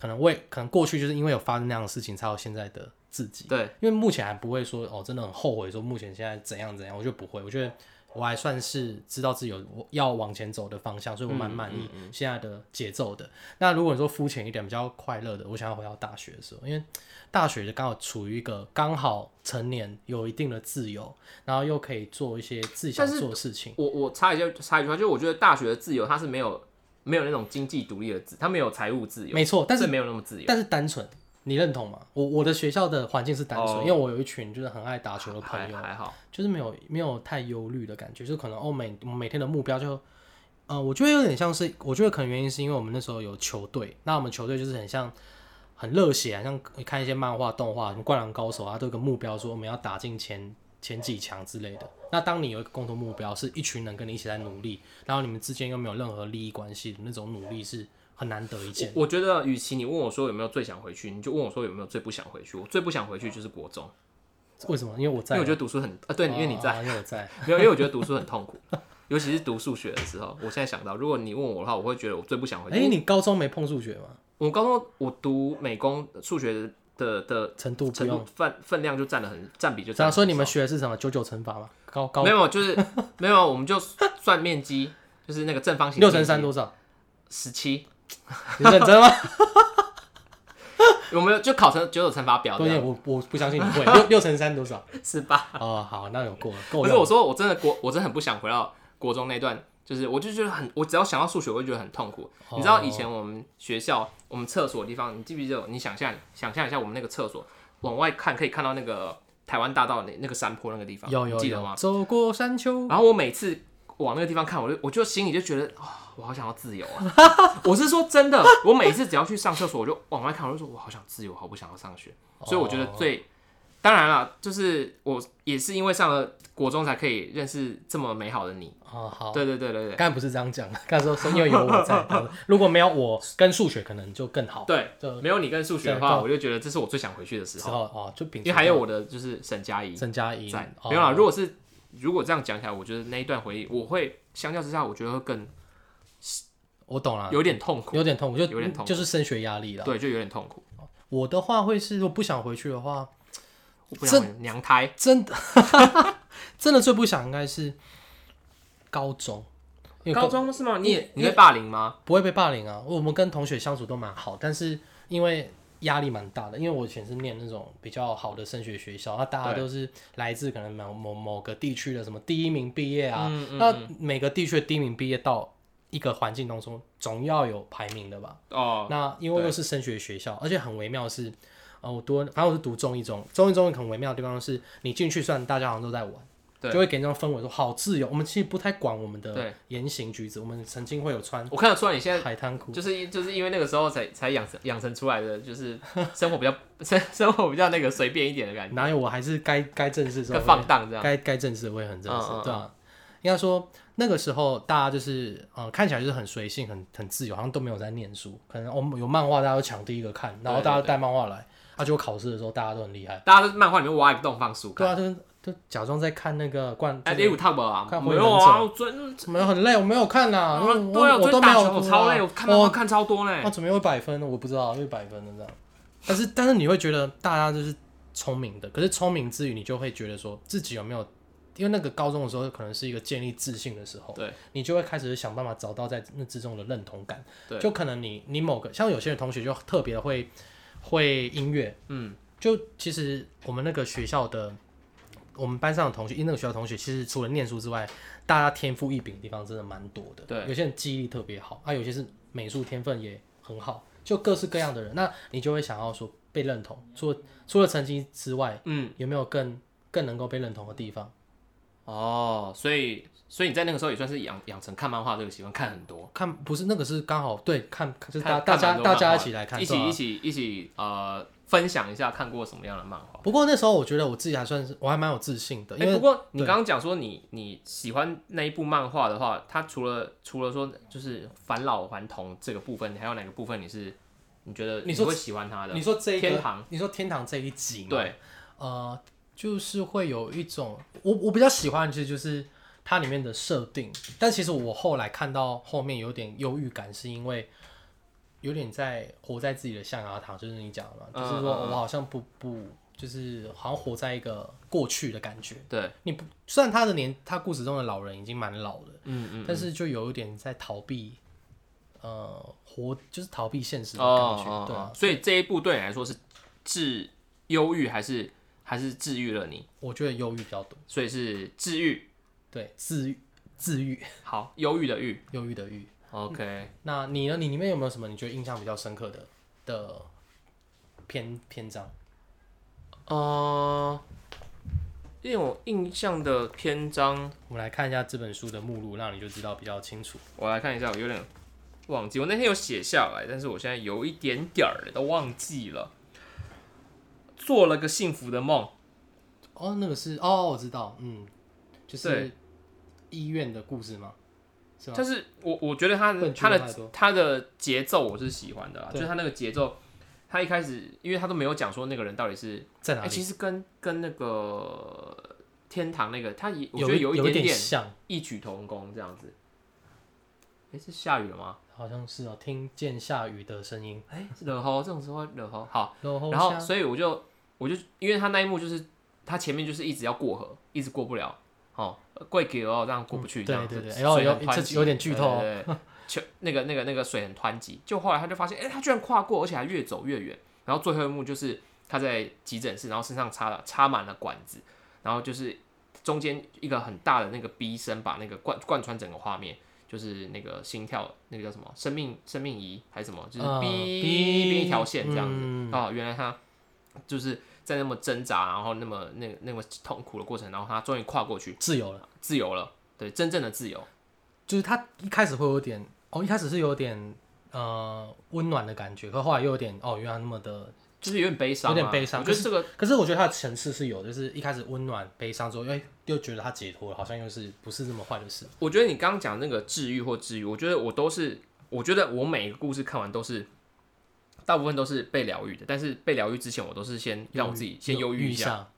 Speaker 1: 可能为可能过去就是因为有发生那样的事情，才有现在的自己。
Speaker 2: 对，
Speaker 1: 因为目前还不会说哦，真的很后悔说目前现在怎样怎样，我觉得不会，我觉得我还算是知道自己有要往前走的方向，所以我
Speaker 2: 嗯
Speaker 1: 蛮满意现在的节奏的。那如果你说肤浅一点、比较快乐的，我想要回到大学的时候，因为大学就刚好处于一个刚好成年，有一定的自由，然后又可以做一些自己想
Speaker 2: 但是
Speaker 1: 做的事情。
Speaker 2: 我我插一下插一句话，就是我觉得大学的自由它是没有没有那种经济独立的自，它没有财务自由，
Speaker 1: 没错，但是
Speaker 2: 所以没有那么自由。
Speaker 1: 但是单纯，你认同吗？我我的学校的环境是单纯，
Speaker 2: 哦
Speaker 1: 因为我有一群就是很爱打球的朋
Speaker 2: 还
Speaker 1: 友，
Speaker 2: 还好，
Speaker 1: 就是没有没有太忧虑的感觉，就是可能哦每我们每天的目标就，呃，我觉得有点像是，我觉得可能原因是因为我们那时候有球队，那我们球队就是很像很热血啊，像你看一些漫画、动画，什么《灌篮高手》啊，都有个目标说我们要打进前前几强之类的。那当你有一个共同目标，是一群人跟你一起在努力，然后你们之间又没有任何利益关系，那种努力是很难得一见。
Speaker 2: 我我觉得，与其你问我说有没有最想回去，你就问我说有没有最不想回去。我最不想回去就是国中，
Speaker 1: 为什么？因为我
Speaker 2: 因
Speaker 1: 在
Speaker 2: 为我觉得读书很啊，对，因为你在，
Speaker 1: 哦，哦因为我在。
Speaker 2: 没有，因为我觉得读书很痛苦，尤其是读数学的时候。我现在想到，如果你问我的话，我会觉得 我最不想回
Speaker 1: 哎、
Speaker 2: 去。
Speaker 1: 你高中没碰数学吗？
Speaker 2: 我高中我读美工数学的的
Speaker 1: 程度不
Speaker 2: 程
Speaker 1: 用。
Speaker 2: 度分分量就占了很占比就
Speaker 1: 这
Speaker 2: 占
Speaker 1: 样
Speaker 2: 了很少。
Speaker 1: 说，你们学的是什么？九九乘法吗？高高
Speaker 2: 没有就是没有，我们就算面积，就是那个正方形
Speaker 1: 六乘三多少？
Speaker 2: 十七，
Speaker 1: 你认 真吗？
Speaker 2: 我们就考成九九乘法表
Speaker 1: 多
Speaker 2: 的
Speaker 1: 点，我我不相信你会。 六六乘三多少？
Speaker 2: 十八。
Speaker 1: 哦，好，那有过了，够
Speaker 2: 不是我
Speaker 1: 了。
Speaker 2: 说，我真的国，我真的很不想回到国中那段，就是我就觉得很，我只要想到数学，我就觉得很痛苦。
Speaker 1: 哦
Speaker 2: 你知道以前我们学校，我们厕所的地方，你记不记得？你想象想象一下，我们那个厕所往外看，可以看到那个台湾大道那那个山坡那个地方，
Speaker 1: 有有
Speaker 2: 你记得
Speaker 1: 有
Speaker 2: 吗？啊
Speaker 1: 走过山丘，
Speaker 2: 然后我每次往那个地方看，我就我就心里就觉得啊、我好想要自由 啊！我是说真的，我每次只要去上厕所，我就往外看，我就说我好想自由，好不想要上学。所以我觉
Speaker 1: 哦
Speaker 2: 得最，当然了，就是我也是因为上了国中才可以认识这么美好的你。
Speaker 1: 哦好。
Speaker 2: 对对对对对
Speaker 1: 刚才不是这样讲，刚才说是因为有我在， 如果没有我跟数学，可能就更好。
Speaker 2: 对，
Speaker 1: 就
Speaker 2: 没有你跟数学的
Speaker 1: 对
Speaker 2: 话，
Speaker 1: 对
Speaker 2: 我就觉得这是我最想回去的时
Speaker 1: 之
Speaker 2: 候，
Speaker 1: 后哦，就秉
Speaker 2: 因
Speaker 1: 持
Speaker 2: 为还有我的就是沈佳宜
Speaker 1: 郑嘉怡
Speaker 2: 在。
Speaker 1: 哦
Speaker 2: 没有啦，如果是如果这样讲起来，我觉得那一段回忆，我会相较之下，我觉得会更
Speaker 1: 我懂了，
Speaker 2: 有点痛苦。
Speaker 1: 啊有点痛苦，就
Speaker 2: 有点痛苦
Speaker 1: 嗯就是升学压力了。
Speaker 2: 对，就有点痛苦。
Speaker 1: 我的话会是，如果不想回去的话，
Speaker 2: 我不想回娘胎
Speaker 1: 真的， 真的最不想应该是高中，因为
Speaker 2: 高中是吗？你也你
Speaker 1: 因为
Speaker 2: 被霸凌吗？
Speaker 1: 不会被霸凌啊。我们跟同学相处都蛮好，但是因为压力蛮大的，因为我以前是念那种比较好的升学学校，那大家
Speaker 2: 对
Speaker 1: 都是来自可能某某某个地区的什么第一名毕业啊，
Speaker 2: 嗯嗯
Speaker 1: 那每个地区的第一名毕业到一个环境当中，总要有排名的吧。
Speaker 2: 哦，
Speaker 1: 那因为又是升学学校，而且很微妙的是，呃，我读反正我是读中一中，中一中很微妙的地方是，你进去虽然大家好像都在玩，
Speaker 2: 对
Speaker 1: 就会给那种氛围说好自由。我们其实不太管我们的
Speaker 2: 对
Speaker 1: 言行举止，我们曾经会有穿
Speaker 2: 我看得出来你现在
Speaker 1: 海滩裤，
Speaker 2: 就是因就是因为那个时候才才养成养成出来的，就是生活比较生生活比较那个随便一点的感觉，
Speaker 1: 哪有我还是该该正式的时候
Speaker 2: 更
Speaker 1: 会
Speaker 2: 放荡这样。
Speaker 1: 该该正式的我也很正式，
Speaker 2: 嗯嗯嗯
Speaker 1: 对啊。应该说那个时候大家就是嗯、呃看起来就是很随性、很很自由，好像都没有在念书。可能我们、有漫画，大家都抢第一个看，然后
Speaker 2: 对对
Speaker 1: 大家带漫画来，啊，结果考试的时候大家都很厉害。
Speaker 2: 大家都是漫画里面挖一个洞放书
Speaker 1: 对
Speaker 2: 看。
Speaker 1: 啊，就是就假装在看那个灌，
Speaker 2: 哎，
Speaker 1: 就
Speaker 2: 你
Speaker 1: 是
Speaker 2: 有看过啊？
Speaker 1: 看火
Speaker 2: 没
Speaker 1: 影
Speaker 2: 有
Speaker 1: 忍
Speaker 2: 啊，
Speaker 1: 者
Speaker 2: 我昨天
Speaker 1: 什么很累，我没有看呐、因为
Speaker 2: 嗯对啊，
Speaker 1: 我
Speaker 2: 昨
Speaker 1: 都
Speaker 2: 天
Speaker 1: 没
Speaker 2: 打
Speaker 1: 有
Speaker 2: 球我
Speaker 1: 读啊
Speaker 2: 超累，我看漫画看超多嘞
Speaker 1: 我。哦怎么有百分呢？我不知道，有百分的这样。但是但是你会觉得大家就是聪明的，可是聪明之余，你就会觉得说自己有没有，因为那个高中的时候可能是一个建立自信的时候，
Speaker 2: 对，
Speaker 1: 你就会开始想办法找到在那之中的认同感。
Speaker 2: 对
Speaker 1: 就可能你你某个像有些人同学就特别会会音乐，
Speaker 2: 嗯，
Speaker 1: 就其实我们那个学校的，我们班上的同学，因为那个学校的同学，其实除了念书之外，大家天赋异禀的地方真的蛮多的。
Speaker 2: 对
Speaker 1: 有些人记忆力特别好，啊，有些是美术天分也很好，就各式各样的人，那你就会想要说被认同。除了除了成绩之外，
Speaker 2: 嗯，
Speaker 1: 有没有更更能够被认同的地方？
Speaker 2: 哦，所以所以你在那个时候也算是养养成看漫画这个习惯，看很多，
Speaker 1: 看不是那个是刚好对看，就是大
Speaker 2: 看
Speaker 1: 大
Speaker 2: 看
Speaker 1: 家
Speaker 2: 蛮多
Speaker 1: 大
Speaker 2: 漫
Speaker 1: 家
Speaker 2: 画
Speaker 1: 一起来看，
Speaker 2: 一
Speaker 1: 对
Speaker 2: 起
Speaker 1: 啊
Speaker 2: 一起一起呃分享一下看过什么样的漫画。
Speaker 1: 不过那时候我觉得我自己还算是我还蛮有自信的，因
Speaker 2: 哎、
Speaker 1: 为
Speaker 2: 不过你
Speaker 1: 对
Speaker 2: 刚刚讲说你你喜欢那一部漫画的话，它除了除了说就是返老还童这个部分，还有哪个部分你是你觉得
Speaker 1: 你说
Speaker 2: 会喜欢它的？
Speaker 1: 你说这一个
Speaker 2: 天堂，
Speaker 1: 你说天堂这一集嘛，
Speaker 2: 对，
Speaker 1: 呃，就是会有一种我我比较喜欢，其实就是它里面的设定，但其实我后来看到后面有点忧郁感，是因为有点在活在自己的象牙塔，就是你讲的嘛，就是说
Speaker 2: 嗯嗯嗯
Speaker 1: 我好像不不就是好像活在一个过去的感觉。
Speaker 2: 对，
Speaker 1: 你不虽然他的年他故事中的老人已经蛮老的，
Speaker 2: 嗯嗯，
Speaker 1: 但是就有一点在逃避，呃，活就是逃避现实的
Speaker 2: 哦
Speaker 1: 感觉，
Speaker 2: 哦
Speaker 1: 对啊
Speaker 2: 哦，所以这一部对你来说是治忧郁还是还是治愈了你？
Speaker 1: 我觉得忧郁比较多，
Speaker 2: 所以是治愈，
Speaker 1: 对，自愈自愈
Speaker 2: 好，忧郁的郁
Speaker 1: 忧郁的郁。
Speaker 2: ，OK。
Speaker 1: 那你呢？你里面有没有什么你觉得印象比较深刻的的篇篇章？
Speaker 2: 呃，因为我印象的篇章，
Speaker 1: 我们来看一下这本书的目录，让你就知道比较清楚。
Speaker 2: 我来看一下，我有点忘记，我那天有写下来，但是我现在有一点点儿都忘记了。做了个幸福的梦，
Speaker 1: 哦，那个是哦，我知道，嗯，就是
Speaker 2: 对
Speaker 1: 医院的故事吗？是吗
Speaker 2: 但？是我我觉得他的
Speaker 1: 笨
Speaker 2: 他
Speaker 1: 拙
Speaker 2: 的
Speaker 1: 太多
Speaker 2: 他的节奏我是喜欢的啦，
Speaker 1: 对
Speaker 2: 就是他那个节奏，他一开始因为他都没有讲说那个人到底是，
Speaker 1: 在
Speaker 2: 哎、
Speaker 1: 哪里？
Speaker 2: 其实跟跟那个天堂那个他也我觉得
Speaker 1: 一
Speaker 2: 有
Speaker 1: 有
Speaker 2: 一点点
Speaker 1: 像，
Speaker 2: 异曲同工这样子。哎、是下雨了吗？
Speaker 1: 好像是哦，听见下雨的声音，
Speaker 2: 哎、惹吼，这种时候会惹吼。好，
Speaker 1: 然后
Speaker 2: 然后
Speaker 1: 下
Speaker 2: 所以我就我就因为他那一幕就是他前面就是一直要过河，一直过不了，哦，跪给哦，这样过不去，
Speaker 1: 嗯
Speaker 2: 这样
Speaker 1: 对对对
Speaker 2: 子
Speaker 1: 哎呦
Speaker 2: 水
Speaker 1: 有
Speaker 2: 很湍急
Speaker 1: 这有点剧透哦
Speaker 2: 对对对就那个那个那个水很湍急，就后来他就发现，哎、他居然跨过，而且还越走越远。然后最后一幕就是他在急诊室，然后身上插了插满了管子，然后就是中间一个很大的那个逼声，把那个贯贯穿整个画面。就是那个心跳，那个叫什么生命生命仪还是什么，就是
Speaker 1: 嗯
Speaker 2: 逼
Speaker 1: 哔
Speaker 2: 逼一条线这样子。
Speaker 1: 嗯
Speaker 2: 哦，原来他就是在那么挣扎，然后那么那个那么痛苦的过程，然后他终于跨过去，
Speaker 1: 自由了。
Speaker 2: 自由了，对，真正的自由，
Speaker 1: 就是他一开始会有点，哦，一开始是有点呃温暖的感觉，可后来又有点哦，原来那么的。
Speaker 2: 就是有点悲伤啊、
Speaker 1: 有点悲伤
Speaker 2: 我觉得这个
Speaker 1: 可是我觉得他的层次是有的，就是一开始温暖、悲伤之后，哎，又觉得他解脱了，好像又是不是这么坏的事。
Speaker 2: 我觉得你刚刚讲那个治愈或治愈，我觉得我都是，我觉得我每一个故事看完都是，大部分都是被疗愈的。但是被疗愈之前，我都是先让我自己先忧郁
Speaker 1: 一
Speaker 2: 一下。
Speaker 1: 下。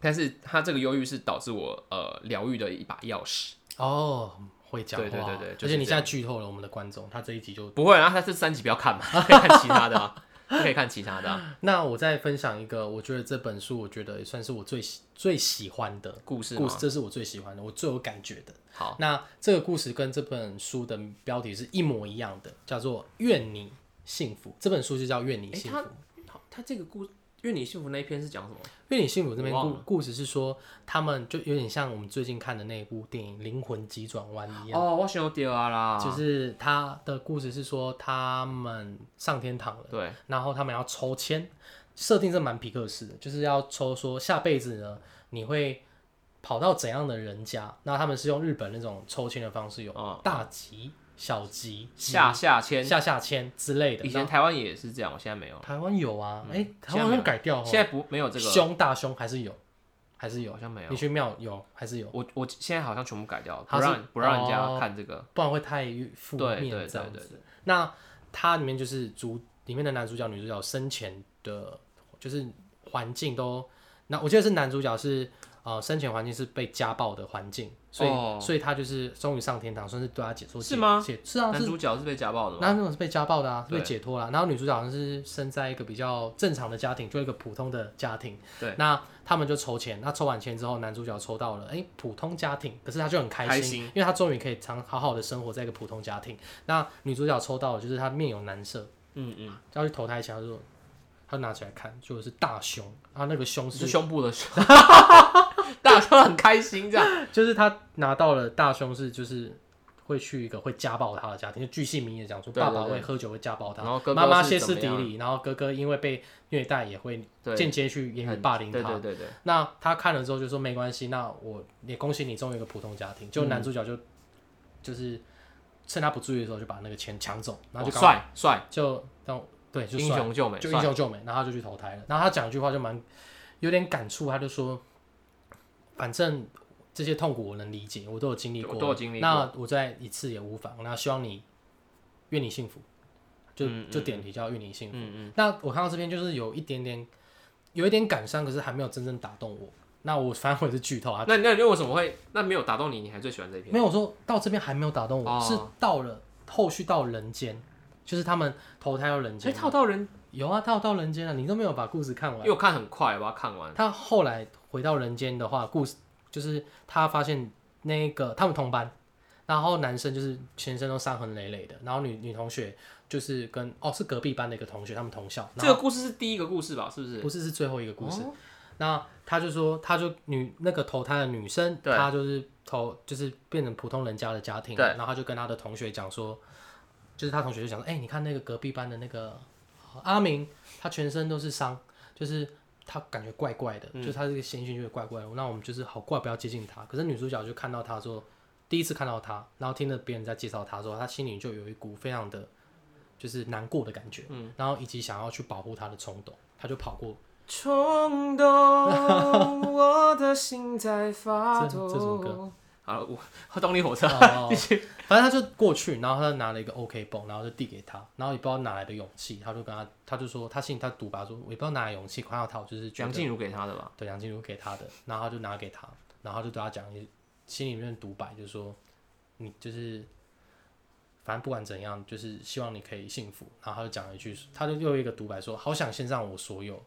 Speaker 2: 但是他这个忧郁是导致我呃疗愈的一把钥匙。
Speaker 1: 哦，会讲话。
Speaker 2: 对对对对就是
Speaker 1: 而且你
Speaker 2: 这
Speaker 1: 现在剧透了我们的观众，他这一集就。
Speaker 2: 不会啊，他这三集不要看嘛， 可以看其他的啊，可以看其他的啊、
Speaker 1: 那我再分享一个，我觉得这本书我觉得也算是我最喜最喜欢的
Speaker 2: 故事吗。
Speaker 1: 故事，这是我最喜欢的，我最有感觉的。
Speaker 2: 好，
Speaker 1: 那这个故事跟这本书的标题是一模一样的，叫做《愿你幸福》。这本书就叫《愿你
Speaker 2: 诶
Speaker 1: 幸福
Speaker 2: 他》。他他这个故事，因为你幸福那一篇是讲什么？
Speaker 1: 愿你幸福这边
Speaker 2: 我忘
Speaker 1: 故故事是说，他们就有点像我们最近看的那一部电影《灵魂急转弯》一样，
Speaker 2: 哦，我想丢啊啦，
Speaker 1: 就是他的故事是说他们上天堂了，
Speaker 2: 对，
Speaker 1: 然后他们要抽签，设定是蛮皮克斯的，就是要抽说下辈子呢你会跑到怎样的人家，那他们是用日本那种抽签的方式，有
Speaker 2: 嗯
Speaker 1: 大吉、小吉、
Speaker 2: 下下签，
Speaker 1: 下下签之类的。
Speaker 2: 以前台湾也是这样，我现在没有了，
Speaker 1: 台湾有啊，哎、台
Speaker 2: 现在
Speaker 1: 湾
Speaker 2: 没有
Speaker 1: 要改掉哦，
Speaker 2: 现在不没有这个，
Speaker 1: 凶大凶还是有，还是有
Speaker 2: 好，像没有
Speaker 1: 你。去庙有还是有。
Speaker 2: 我我现在好像全部改掉了，不
Speaker 1: 它是
Speaker 2: 让不让人家
Speaker 1: 哦
Speaker 2: 看这个。
Speaker 1: 不然会太负
Speaker 2: 对对
Speaker 1: 面
Speaker 2: 对
Speaker 1: 这样
Speaker 2: 对
Speaker 1: 子。
Speaker 2: 对，
Speaker 1: 那它里面就是主里面的男主角、女主角生前的，就是环境都，那我记得是男主角是呃生前环境是被家暴的环境，所以、
Speaker 2: 哦
Speaker 1: 所以他就是终于上天堂，算是对他解脱
Speaker 2: 是
Speaker 1: 解
Speaker 2: 吗？
Speaker 1: 解是啊，
Speaker 2: 男
Speaker 1: 是
Speaker 2: 主角是被家暴的吗？
Speaker 1: 那那种是被家暴的啊，是被
Speaker 2: 对
Speaker 1: 解脱了。然后女主角好像是生在一个比较正常的家庭，就一个普通的家庭。
Speaker 2: 对，
Speaker 1: 那他们就抽签，那抽完签之后，男主角抽到了，哎、普通家庭，可是他就很开心，
Speaker 2: 开心
Speaker 1: 因为他终于可以常好好的生活在一个普通家庭。那女主角抽到的就是她面有难色，
Speaker 2: 嗯嗯，
Speaker 1: 要去投胎前，她就说他拿起来看，就是大胸，他那个胸
Speaker 2: 是
Speaker 1: 是
Speaker 2: 胸部 的胸，大家都很开心这样。
Speaker 1: 就是他拿到了大胸是就是会去一个会家暴他的家庭，就巨细明也讲说
Speaker 2: 对对
Speaker 1: 爸爸
Speaker 2: 对
Speaker 1: 会喝酒会家暴他，
Speaker 2: 然后哥哥
Speaker 1: 妈妈
Speaker 2: 是
Speaker 1: 歇
Speaker 2: 怎
Speaker 1: 斯
Speaker 2: 么
Speaker 1: 底
Speaker 2: 样
Speaker 1: 里，然后哥哥因为被虐待也会
Speaker 2: 对，
Speaker 1: 间接去言语霸凌他。
Speaker 2: 对对对对，
Speaker 1: 那他看了之后就说没关系，那我也恭喜你，终于有一个普通家庭。就
Speaker 2: 嗯
Speaker 1: 男主角就、就是趁他不注意的时候就把那个钱抢走，然后就
Speaker 2: 哦
Speaker 1: 赶快
Speaker 2: 帅帅，
Speaker 1: 就当对就
Speaker 2: 英
Speaker 1: 帅
Speaker 2: 雄救美，
Speaker 1: 就
Speaker 2: 帅
Speaker 1: 英雄救美，然后他就去投胎了。然后他讲一句话就蛮有点感触，他就说，反正这些痛苦我能理解，我都有经历过，
Speaker 2: 我都有经历过
Speaker 1: 那我再一次也无妨。那希望你，愿你幸福，就、
Speaker 2: 嗯嗯
Speaker 1: 就点题叫愿你幸福。
Speaker 2: 嗯嗯，
Speaker 1: 那我看到这边就是有一点点，有一点感伤，可是还没有真正打动我。那我反正我是剧透啊，
Speaker 2: 那那你为什么会那没有打动你？你还最喜欢这一篇？
Speaker 1: 没有我说到这边还没有打动我，
Speaker 2: 哦
Speaker 1: 是到了后续到人间，就是他们投胎到人
Speaker 2: 所
Speaker 1: 间
Speaker 2: 以，套到人，
Speaker 1: 有啊，到到人间了、你都没有把故事看完
Speaker 2: 因。为我看很快，我要看完。
Speaker 1: 他后来回到人间的话，故事就是他发现那个他们同班，然后男生就是全身都伤痕累累的，然后女女同学就是跟哦是隔壁班的一个同学，他们同校，
Speaker 2: 这个故事是第一个故事吧？是不是？
Speaker 1: 不是是最后一个故事。
Speaker 2: 哦
Speaker 1: 那他就说，他就女那个投胎的女生，
Speaker 2: 对
Speaker 1: 她就是投就是变成普通人家的家庭，
Speaker 2: 对
Speaker 1: 然后他就跟他的同学讲说，就是他同学就讲说，哎、你看那个隔壁班的那个阿明，他全身都是伤，就是他感觉怪怪
Speaker 2: 嗯
Speaker 1: 的，就是他这个先性就是怪怪的，那我们就是好怪，不要接近他。可是女主角就看到他说，第一次看到他，然后听着别人在介绍他说，他心里就有一股非常的就是难过的感觉，嗯，然后以及想要去保护他的冲动，他就跑过。
Speaker 2: 冲动，我的心在发
Speaker 1: 这这首歌。
Speaker 2: 好了，我动力 火车。
Speaker 1: 哦，反正他就过去，然后他就拿了一个 OK 绷，然后就递给他，然后也不知道哪来的勇气，他就跟他，他就说他心里他独白说，我也不知道哪来勇气，看到他我就是觉
Speaker 2: 梁
Speaker 1: 得
Speaker 2: 静茹给他的吧？
Speaker 1: 对梁静茹给他的，然后他就拿给他，然后他就对他讲，一心里面独白就是说，你就是反正不管怎样，就是希望你可以幸福。然后他就讲了一句，他就又一个独白说，好想献上我所有，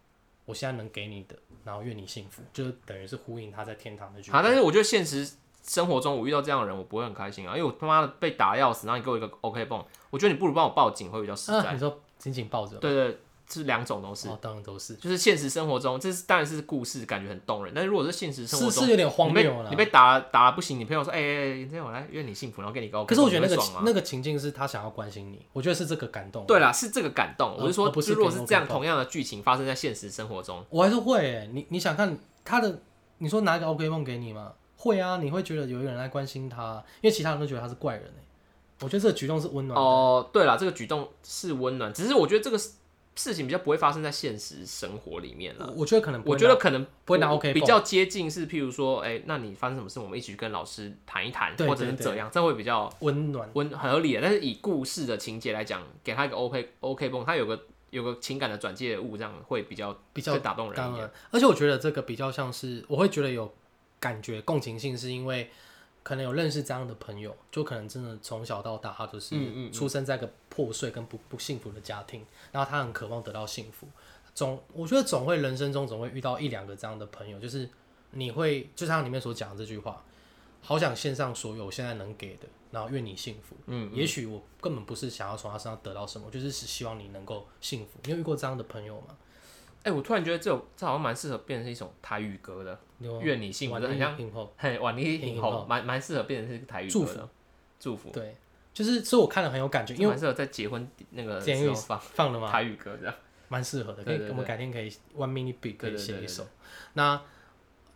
Speaker 1: 我现在能给你的，然后愿你幸福，就是等于是呼应他在天堂那句话。
Speaker 2: 啊，但是我觉得现实生活中我遇到这样的人，我不会很开心啊，因为我他妈的被打得要死，然后你给我一个 OK 泵，我觉得你不如帮我报警会比较实
Speaker 1: 啊，
Speaker 2: 在。
Speaker 1: 你说紧紧抱着，
Speaker 2: 对对，是两种都是。
Speaker 1: 哦，当然都是。
Speaker 2: 就是现实生活中，这是当然是故事，感觉很动人。但是如果是现实生活
Speaker 1: 是
Speaker 2: 中，
Speaker 1: 是有点荒
Speaker 2: 你被
Speaker 1: 谬了
Speaker 2: 你。被打打了不行，你朋友说：“哎、哎哎，那我来愿你幸福，然后给你一个 OK。”
Speaker 1: 可是我觉得那
Speaker 2: 你
Speaker 1: 个
Speaker 2: 会爽吗？啊
Speaker 1: 那个情境是他想要关心你，我觉得是这个感动。
Speaker 2: 对啦，是这个感动。我是说，
Speaker 1: 而哦不是
Speaker 2: 就如果
Speaker 1: 给
Speaker 2: 是
Speaker 1: OK
Speaker 2: 这样
Speaker 1: 棒
Speaker 2: 同样的剧情发生在现实生活中，
Speaker 1: 我还是会欸、你你想看他的，你说拿一个 OK 梦给你吗？会啊，你会觉得有一个人来关心他，因为其他人都觉得他是怪人、欸、我觉得这个举动是温暖的。
Speaker 2: 哦、对啦，这个举动是温暖，只是我觉得这个事事情比较不会发生在现实生活里面
Speaker 1: 我
Speaker 2: 了。
Speaker 1: 我觉得可能不
Speaker 2: 我
Speaker 1: 会
Speaker 2: 觉得可能
Speaker 1: 不会拿
Speaker 2: 我
Speaker 1: OK
Speaker 2: 比
Speaker 1: 绷
Speaker 2: 较接近是，譬如说，哎、那你发生什么事，我们一起去跟老师谈一谈，
Speaker 1: 对
Speaker 2: 或者
Speaker 1: 对
Speaker 2: 是
Speaker 1: 对
Speaker 2: 怎样，这会比较
Speaker 1: 温暖。
Speaker 2: 温合理的，但是以故事的情节来讲，给他一个 OK OK 绷，他有个有个情感的转介物，这样会比较
Speaker 1: 比较啊
Speaker 2: 会打动人
Speaker 1: 当
Speaker 2: 一点。
Speaker 1: 然，而且我觉得这个比较像是，我会觉得有感觉共情性，是因为可能有认识这样的朋友，就可能真的从小到大，他就
Speaker 2: 嗯
Speaker 1: 是出生在一个破碎跟不不幸福的家庭，然后他很渴望得到幸福。总我觉得总会人生中总会遇到一两个这样的朋友，就是你会就像里面所讲的这句话，好想献上所有现在能给的，然后愿你幸福。
Speaker 2: 嗯，
Speaker 1: 也许我根本不是想要从他身上得到什么，就是希望你能够幸福。你有遇过这样的朋友吗？
Speaker 2: 哎、我突然觉得这首这好像蛮适合变成一首台语歌的，
Speaker 1: 你有
Speaker 2: 愿你幸福，
Speaker 1: 哦晚
Speaker 2: 很
Speaker 1: 安
Speaker 2: 像
Speaker 1: 影后
Speaker 2: 嘿，婉丽
Speaker 1: 影
Speaker 2: 影
Speaker 1: 后
Speaker 2: 后，蛮蛮适合变成是台语
Speaker 1: 哦祝
Speaker 2: 歌的祝福，
Speaker 1: 对，就是所以我看了很有感觉，因为
Speaker 2: 蛮适合在结婚那个
Speaker 1: 监
Speaker 2: 时
Speaker 1: 狱
Speaker 2: 候放
Speaker 1: 放了嘛，
Speaker 2: 台语歌这样。
Speaker 1: 蛮适合的。可
Speaker 2: 对
Speaker 1: 以
Speaker 2: 对，对
Speaker 1: 我们改天可以 one minute beat 可
Speaker 2: 对对
Speaker 1: 以
Speaker 2: 对
Speaker 1: 写
Speaker 2: 对
Speaker 1: 一首。那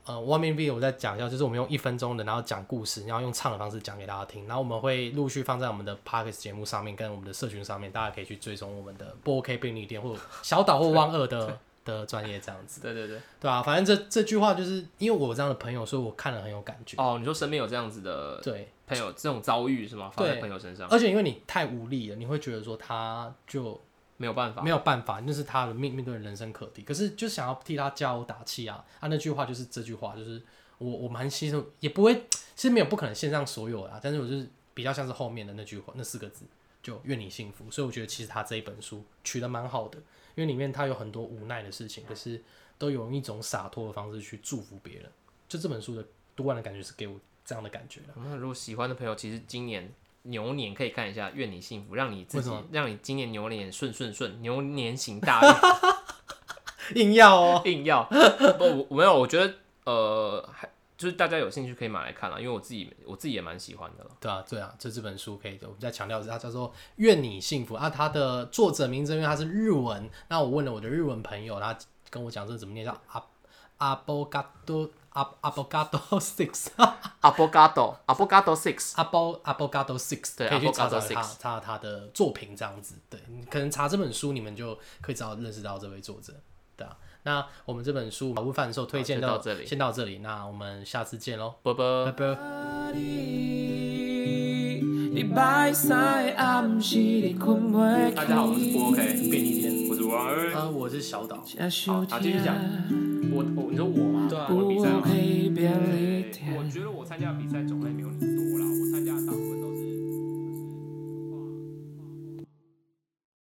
Speaker 1: 呃，one minute beat 我再讲一下，就是我们用一分钟的，然后讲故事，然后用唱的方式讲给大家听。然后我们会陆续放在我们的 podcast 节目上面，跟我们的社群上面，大家可以去追踪我们的不 OK 便利店或小岛或汪二 的的专业这样子，
Speaker 2: 对对对。
Speaker 1: 对啊，反正这这句话就是因为我有这样的朋友，所以我看了很有感觉。
Speaker 2: 哦，你说身边有这样子的
Speaker 1: 对，
Speaker 2: 朋友，这种遭遇是吗？发生在
Speaker 1: 对
Speaker 2: 朋友身上
Speaker 1: 而且因为你太无力了，你会觉得说他就
Speaker 2: 没有办法。
Speaker 1: 没有办法，那是他的面面对的人生课题。可是就想要替他加油打气啊！啊，那句话就是这句话，就是我我蛮牺牲，也不会，其实没有不可能献上所有啊。但是我就是比较像是后面的那句话，那四个字，就愿你幸福。所以我觉得其实他这一本书取得蛮好的，因为里面他有很多无奈的事情，可是都有一种洒脱的方式去祝福别人。就这本书的读完的感觉是给我这样的感觉。
Speaker 2: 那如果喜欢的朋友，其实今年牛年可以看一下《愿你幸福》，让你自
Speaker 1: 为
Speaker 2: 己
Speaker 1: 什么，
Speaker 2: 让你今年牛年顺顺顺，牛年行大运。
Speaker 1: 硬要哦。
Speaker 2: 硬要 不，我我没有，我觉得呃，还就是大家有兴趣可以买来看啦，因为我自己我自己也蛮喜欢的了。
Speaker 1: 对啊，对啊，这这本书可以，我们再强调一下，它叫做《愿你幸福》啊。它的作者名字因为它是日文，那我问了我的日文朋友，他跟我讲这怎么念，叫阿阿波嘎多阿阿波嘎多 six，
Speaker 2: Avocado Avocado Six，
Speaker 1: 阿波阿波嘎多 six，
Speaker 2: 对
Speaker 1: 可以去查
Speaker 2: Avocado
Speaker 1: 找他
Speaker 2: Six
Speaker 1: 查他的作品这样子。对，你可能查这本书，你们就可以找认识到这位作者。对啊，那我们这本书《法务贩售》推荐
Speaker 2: 好就到这里
Speaker 1: 先到这里，那我们下次见喽，
Speaker 2: 啵啵
Speaker 1: 拜。拜。
Speaker 3: 礼拜三的暗时，你困袂去。
Speaker 2: 大家好，我是不 OK 便利店，我是王二。
Speaker 1: 啊，我是小岛。
Speaker 3: 真想
Speaker 2: 好继续讲
Speaker 3: 听
Speaker 2: 我我你说我吗？
Speaker 1: 对啊
Speaker 2: 我的比赛
Speaker 3: 不
Speaker 2: 吗？
Speaker 3: OK 便利
Speaker 2: 对
Speaker 3: 店
Speaker 2: 我。觉得我参加的比赛种类没有。